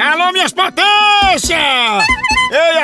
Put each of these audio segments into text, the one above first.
Atenção, minhas potências! Ei,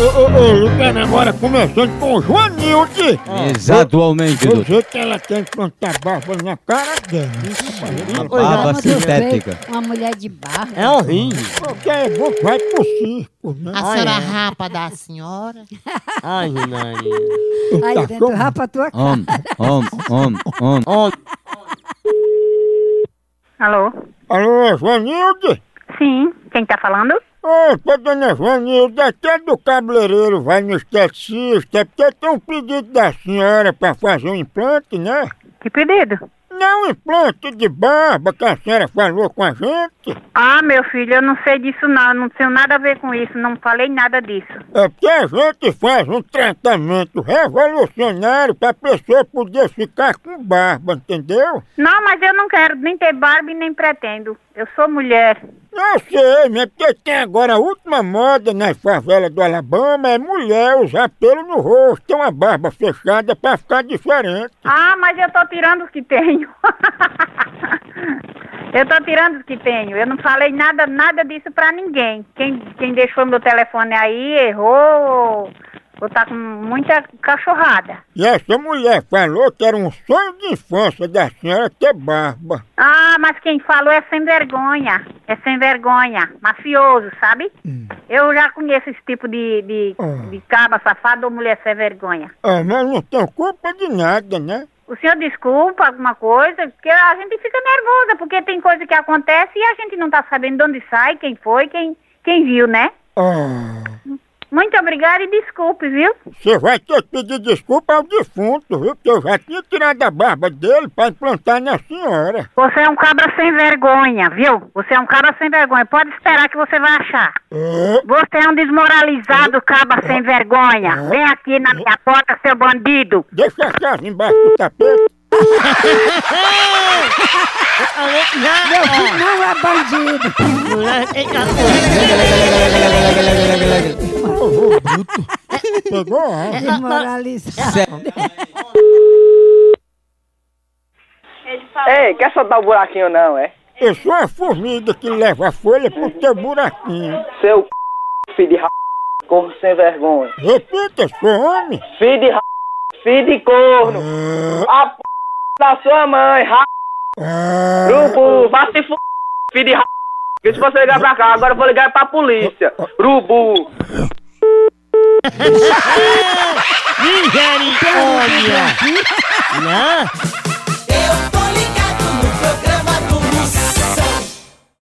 Ô, ô, ô, Lucano, agora começando com o Joanilde. Exatamente, Do doutor. jeito que ela tem quanto barba na cara dela. Uma barba Mas eu sintética. vejo Uma mulher de barro. É horrível. Porque é bom que vai pro circo, né? A senhora rapa da senhora. Ai, Nani. um Aí Tá dentro, bom. rapa a tua cara. Homem, homem, homem, homem. Ó, Alô? Alô, Joanilde? Sim, quem tá falando? Ô, tô dona Joanilde, aqui é do cabeleireiro, vai no esteticista, é porque tem um pedido da senhora pra fazer um implante, né? Que pedido? Não, um implante de barba que a senhora falou com a gente. Ah, meu filho, eu não sei disso não, não tenho nada a ver com isso, não falei nada disso. É porque a gente faz um tratamento revolucionário pra pessoa poder ficar com barba, entendeu? Não, mas eu não quero nem ter barba e nem pretendo. Eu sou mulher. Eu sei, né? Porque tem agora a última moda nas favelas do Alabama é mulher usar pelo no rosto, ter uma barba fechada pra ficar diferente. Ah, mas eu tô tirando os que tenho. eu tô tirando os que tenho. Eu não falei nada, nada disso pra ninguém. Quem, quem deixou meu telefone aí errou ou- ou tá com muita cachorrada. E essa mulher falou que era um sonho de infância da senhora ter barba. Ah, mas quem falou é sem vergonha. É sem vergonha. Mafioso, sabe? Eu já conheço esse tipo de, de, Hum. de caba safado ou mulher sem vergonha. Ah, mas não tem culpa de nada, né? O senhor desculpa alguma coisa? Porque a gente fica nervosa, porque tem coisa que acontece e a gente não tá sabendo de onde sai, quem foi, quem, quem viu, né? Ah, Muito obrigada e desculpe, viu? você vai ter que pedir desculpa ao defunto, viu? Porque eu já tinha tirado a barba dele pra implantar na senhora. Você é um cabra sem vergonha, viu? Você é um cabra sem vergonha. Pode esperar que você vai achar. Ah, Você é um desmoralizado, caba sem vergonha. Vem aqui na minha porta, seu bandido. deixa a chave embaixo do tapete. Meu filho não é bandido! Pegou a arma. Desmoralizado! Ei, quer soltar o buraquinho não, é? Eu sou a formiga que leva a folha pro teu buraquinho. Seu c... filho de ra... corno sem vergonha. Repita, sou homem. Filho de ra... filho de corno. Ah, A p... da sua mãe, ra... ah. Urubu, vá se f... filho de ra... Deixa você ligar pra cá, agora eu vou ligar pra polícia. Urubu. Misericórdia! Não,